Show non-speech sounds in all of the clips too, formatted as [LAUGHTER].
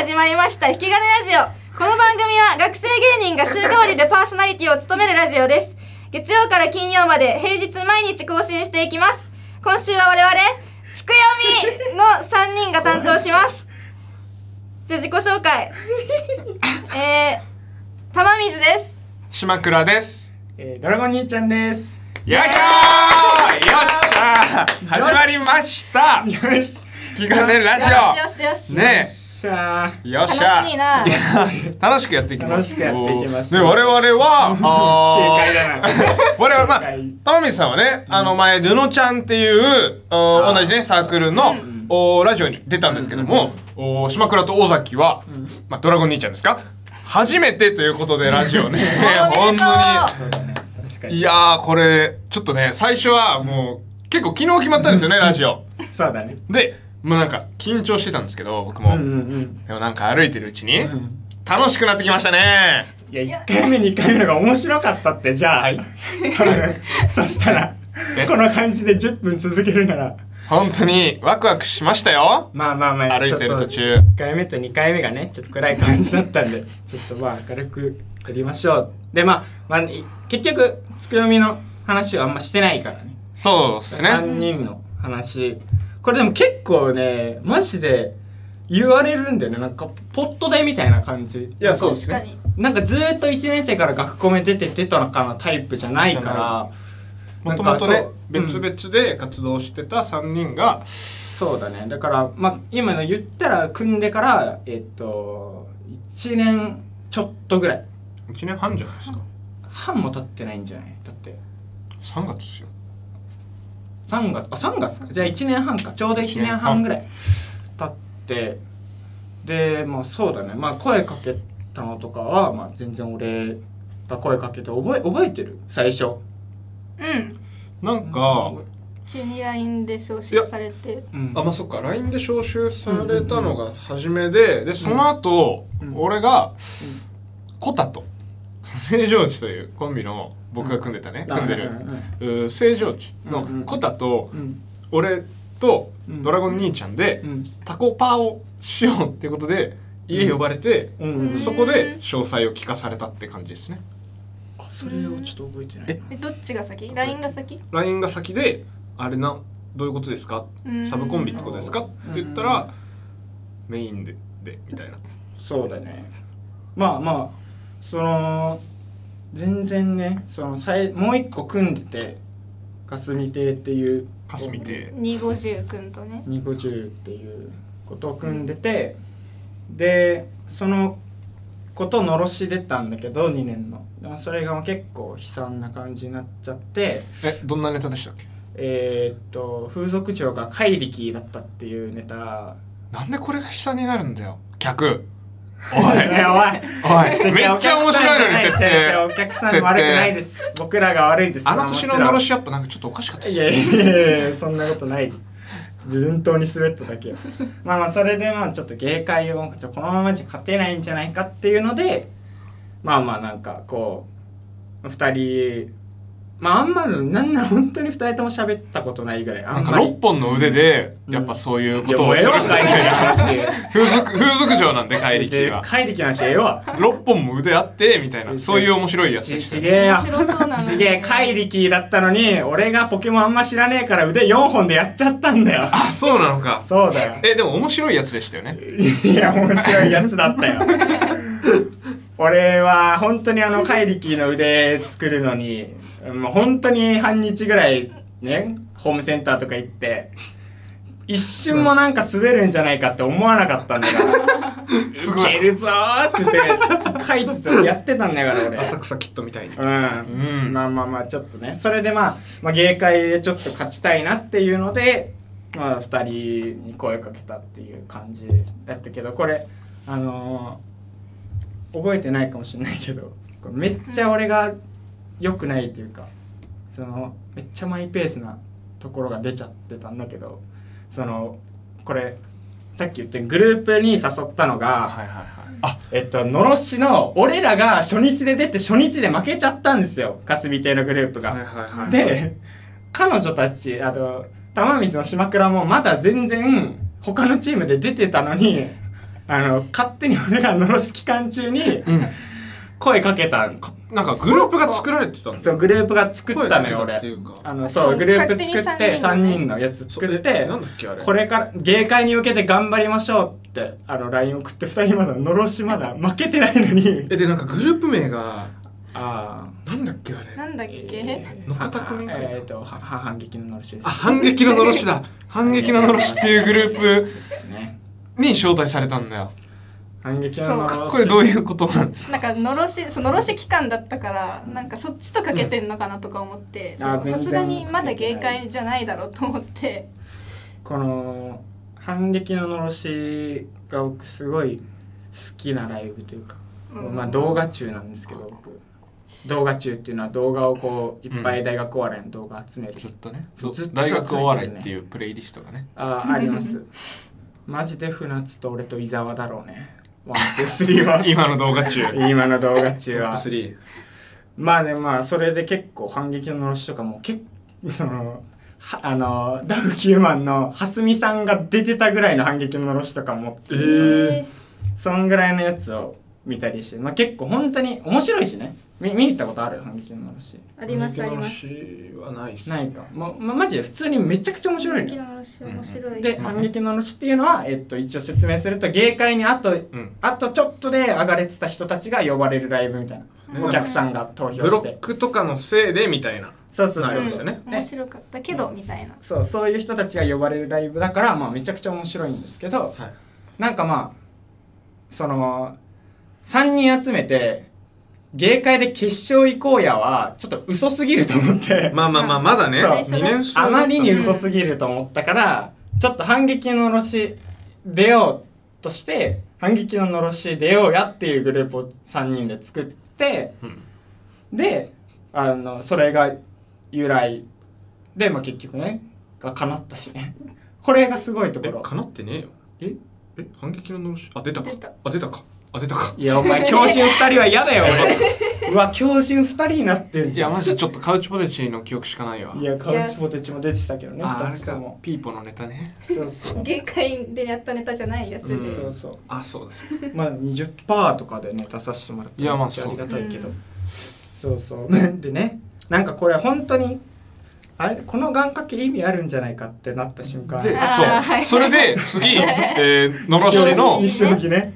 始まりました引き金ラジオこの番組は学生芸人が週替わりでパーソナリティを務めるラジオです月曜から金曜まで平日毎日更新していきます今週は我々つくよみの3人が担当しますじゃあ自己紹 [LAUGHS] 介えー、玉水です島倉です。えー、ドラゴン兄ちゃんです。よいしょーよっしゃー始まりましたよし。気がねよしラよしよしジオねしゃえよっしゃ楽しいなや楽しくやっていきます楽しくやっていきましょうね我々はあ [LAUGHS] 警戒だな。ー我々まあ警戒玉水さんはねあの前布ちゃんっていうおあー同じねサークルのおラジオに出たんですけどもお島倉と大崎はまあドラゴン兄ちゃんですか初めてということでラジオねおめ本でと当にう確かいに。やーこれちょっとね最初はもう結構昨日決まったんですよねラジオそうだね。でもうなんか緊張してたんですけど僕も、うんでもなんか歩いてるうちに、うん。楽しくなってきましたねいや、一回目、二回目のが面白かったって、じゃあ、はい [LAUGHS] 多分そしたらえ、この感じで10分続けるなら、本当にワクワクしましたよまあまあまあ、歩いてる途ちょ中っと一回目と二回目がね、ちょっと暗い感じだっ [LAUGHS] たんで、ちょっとまあ、明るく撮りましょう。で、まあ、まあ、い結局、つくよみの話はあんましてないからね。そうですね3人の話これでも結構ねマジで言われるんだよねなんかポットでみたいな感じいやそうです確かになんかずーっと1年生から学校目出て出たのかなタイプじゃないからもともとなんねか別そううん々で活動してた3人がそうだねだから、まあ、今の言ったら組んでからえっと1年ちょっとぐらい1年半じゃないですか半も経ってないんじゃないだって3月ですよ3月あ3月かじゃあ1年半かちょうど1年半ぐらい経ってでまあそうだねまあ声かけたのとかは、まあ、全然俺が声かけて覚え覚えてる最初うんなんか、急に LINE で招集されてうんあまあそっか LINE で招集されたのが初めで、でその後、うん俺が、コタと成城地というコンビの僕が組んでたね、組んでる、うー成城地のうんうんコタとうん俺とうんドラゴン兄ちゃんでうんタコパをしようっていうことで家呼ばれて、うんうんそこで詳細を聞かされたって感じですねあそれをちょっと覚えてないええどっちが先 ?LINE が先 LINE が先で「あれなどういうことですかうんサブコンビってことですか?」って言ったらメインででみたいなそうだねまあまあその全然ねそのさいもう一個組んでて霞亭っていう霞亭250くんとね250っていうことを組んでて、でそのことをのろし出たんだけど2年のでもそれが結構悲惨な感じになっちゃってえどんなネタでしたっけえーっと風俗嬢が怪力だったっていうネタなんでこれが悲惨になるんだよ [LAUGHS] 客おおいおいめっちゃ面白いのに設定お客さん悪くないです僕らが悪いですあの年ののろししやっぱなんかちょっとおかしかったでいすやねいやいやそんなことない順当に滑っただけよまあまあそれでまあちょっと芸会をちょっとこのままじゃ勝てないんじゃないかっていうのでまあまあなんかこう2人まああんまなんなら本当に2人とも喋ったことないぐらいあなんんかまり6本の腕でやっぱそういうことをするいやもうええわ怪力の話風俗風俗嬢なんで怪力は怪力の話ええわ6本も腕あってみたいなそういう面白いやつでちしたちよげえや面白そうなのにちげえ怪力だったのに俺がポケモンあんま知らねえから腕4本でやっちゃったんだよあそうなのかそうだよえでも面白いやつでしたよねいや面白いやつだったよ俺は本当にあの怪力の腕作るのにもう本当に半日ぐらいねホームセンターとか行って一瞬もなんか滑るんじゃないかって思わなかったんだから「すいごいけるぞ!」って言って書いててやってたんだから俺浅草キッドみたいにうん、うんまあまあまあちょっとねそれでまあ、まあ、芸会でちょっと勝ちたいなっていうので、まあ、2人に声かけたっていう感じだったけどこれあのー覚えてないかもしれないけどこれめっちゃ俺が良くないというかそのめっちゃマイペースなところが出ちゃってたんだけどそのこれさっき言ってグループに誘ったのが。はいはいはいあえっと、のろしの、俺らが初日で出て初日で負けちゃったんですよ。霞亭のグループはいが。はいはいで、彼女たち、あと、玉水の島倉もまだ全然他のチームで出てたのに、あの勝手に俺らのろし期間中にうん声かけたなんかグループが作られてたんですそうグループが作ったの声かけよた俺っていうかあのそうそうグループ作っ勝手てに三人のね3人のやつ作ってなんだっけあれこれから芸会に向けて頑張りましょうってあの LINE 送って2人まだのろしまだ負けてないのにえでなんかグループ名があなんだっけあれなんだっあけ、のっかたく面会かえっ、とはは反撃ののろしですあ反撃ののろし [LAUGHS] だ反撃ののろしっていうグルーねプに招待されたんだよ反撃ののろしこれどういうことなんですかなんかのろしそののろし期間だったからなんかそっちとかけてんのかなとか思ってうんあそうさすがに全然まだ芸会じゃないだろうと思ってこの反撃ののろしが僕すごい好きなライブというか、うんまあ動画中なんですけど僕動画中っていうのは動画をこういっぱい大学お笑いの動画集める、ずっとねずっと大学お笑いっていうプレイリストがねあーあります [LAUGHS] マジで船津と俺と伊沢だろうねワンツースリ [LAUGHS] ーは今の動画中今の動画中は3まあねまあそれで結構反撃ののろしとかも結構そのはあのダウキューマンの蓮見さんが出てたぐらいの反撃ののろしとか持ってえーそんぐらいのやつを見たりして、まあ、結構本当に面白いしね見見に行ったことある反撃ののろしありますあります反撃ののろしはないっすないか、まま、マジで普通にめちゃくちゃ面白い反撃ねののろし面白いで反撃ののろしっていうのは、えっと、一応説明すると芸会にあとうんあとちょっとで上がれてた人たちが呼ばれるライブみたいな、うんお客さんが投ブ票ロしッてクとかのせいでみたいなそうそうなそるうほそどう、ね面白かったけどみたいなそうそういう人たちが呼ばれるライブだから、まあ、めちゃくちゃ面白いんですけどはいなんかまあその3人集めて芸会で決勝行こうやはちょっと嘘すぎると思って、まあまあまあまだねそう2年生あまりに嘘すぎると思ったから、ちょっと反撃ののろし出ようとして反撃ののろし出ようやっていうグループを3人で作ってうんであのそれが由来で、まあ、結局ねが叶ったしね [LAUGHS] これがすごいとこえろかなってねえよええ反撃ののろしあ出たか出たあ出たかあ出たかいやお前狂人2人は嫌 [LAUGHS] だよ俺うわ狂人2人になってんいじゃやんマジでちょっとカウチポテチの記憶しかないわいやカウチポテチも出てたけどねああ2れつとかもピーポのネタねそうそう芸会でやったネタじゃないやつで、うんそうそうあそうですまあ20%とかでね出させてもらっていやまあめっちゃありがたいけどうんそうそう [LAUGHS] でねなんかこれ本当にあれこの願掛け意味あるんじゃないかってなった瞬間であーはそういそれで [LAUGHS] 次えーのろしの西荻ね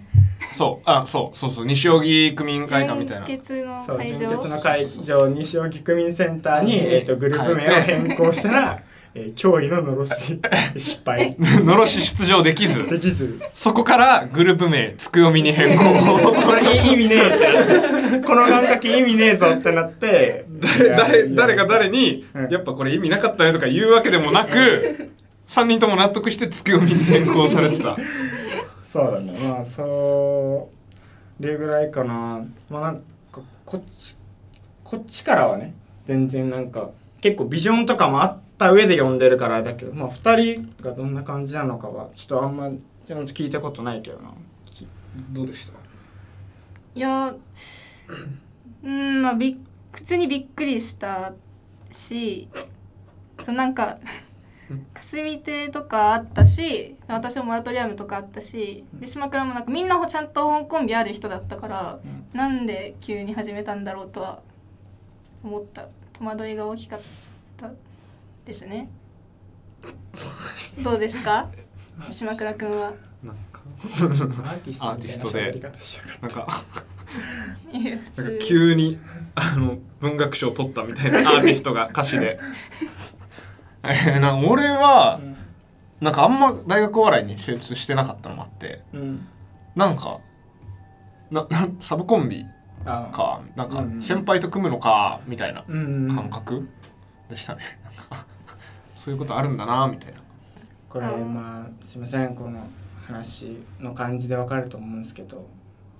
そうあそうそうそう西荻区民会館みたいな純潔のそう会純場潔の会場西荻区民センターに、うんえー、とグループ名を変更したら、えー脅威ののろし失 [LAUGHS] 敗のろし出場できずできずそこからグループ名つくよみに変更これ意味ねえって [LAUGHS] この願掛け意味ねえぞってなって誰 [LAUGHS] 誰誰が誰にに、うんやっぱこれ意味なかったねとか言うわけでもなく3人とも納得してつくよみに変更されてたそうだねまあそれぐらいかなまあなんかこっちこっちからはね全然なんか結構ビジョンとかもあった上で読んでるからあれだけどまあ2人がどんな感じなのかはちょっとあんまちゃんと聞いたことないけどなどうでしたいやうんまあびっ普通にびっくりしたしそうなんか霞亭とかあったし私もモラトリアムとかあったしで島倉もなんかみんなちゃんと本コンビある人だったから、うんなんで急に始めたんだろうとは思った戸惑いが大きかったです [LAUGHS] ねどうですか島倉くんはなんかアーティアーティストでみたいな喋り方しやがってなん [LAUGHS] かいや普なんか通急にあの文学賞取ったみたいな [LAUGHS] アーティストが歌詞で [LAUGHS] えーなんか俺はなんかあんま大学お笑いに精通してなかったのもあってうん、うん、なんかななサブコンビあーかなんうかん先輩と組むのかみたいなうん感覚でしたねなんかそういうことあるんだなみたいなこれうんまあすいませんこの話の感じでわかると思うんですけど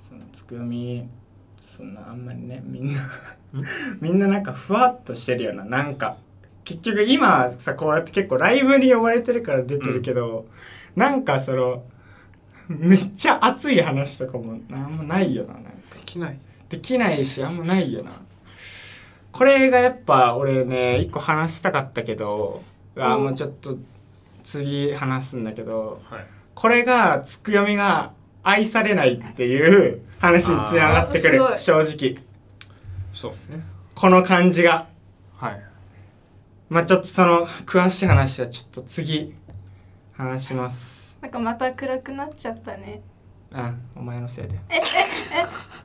そのつくよみそんなあんまりねみんな [LAUGHS] みんななんかふわっとしてるようななんか結局今さこうやって結構ライブに呼ばれてるから出てるけど、なんかそのめっちゃ熱い話とかもなんもないよななんかできないできないしあんまないよなこれがやっぱ俺ね一個話したかったけどあーもうちょっと次話すんだけどはいこれがつくよみが愛されないっていう [LAUGHS] 話につながってくるあーす正直そうですねこの感じがはいまあちょっとその詳しい話はちょっと次話しますなんかまた暗くなっちゃったねあお前のせいでえええ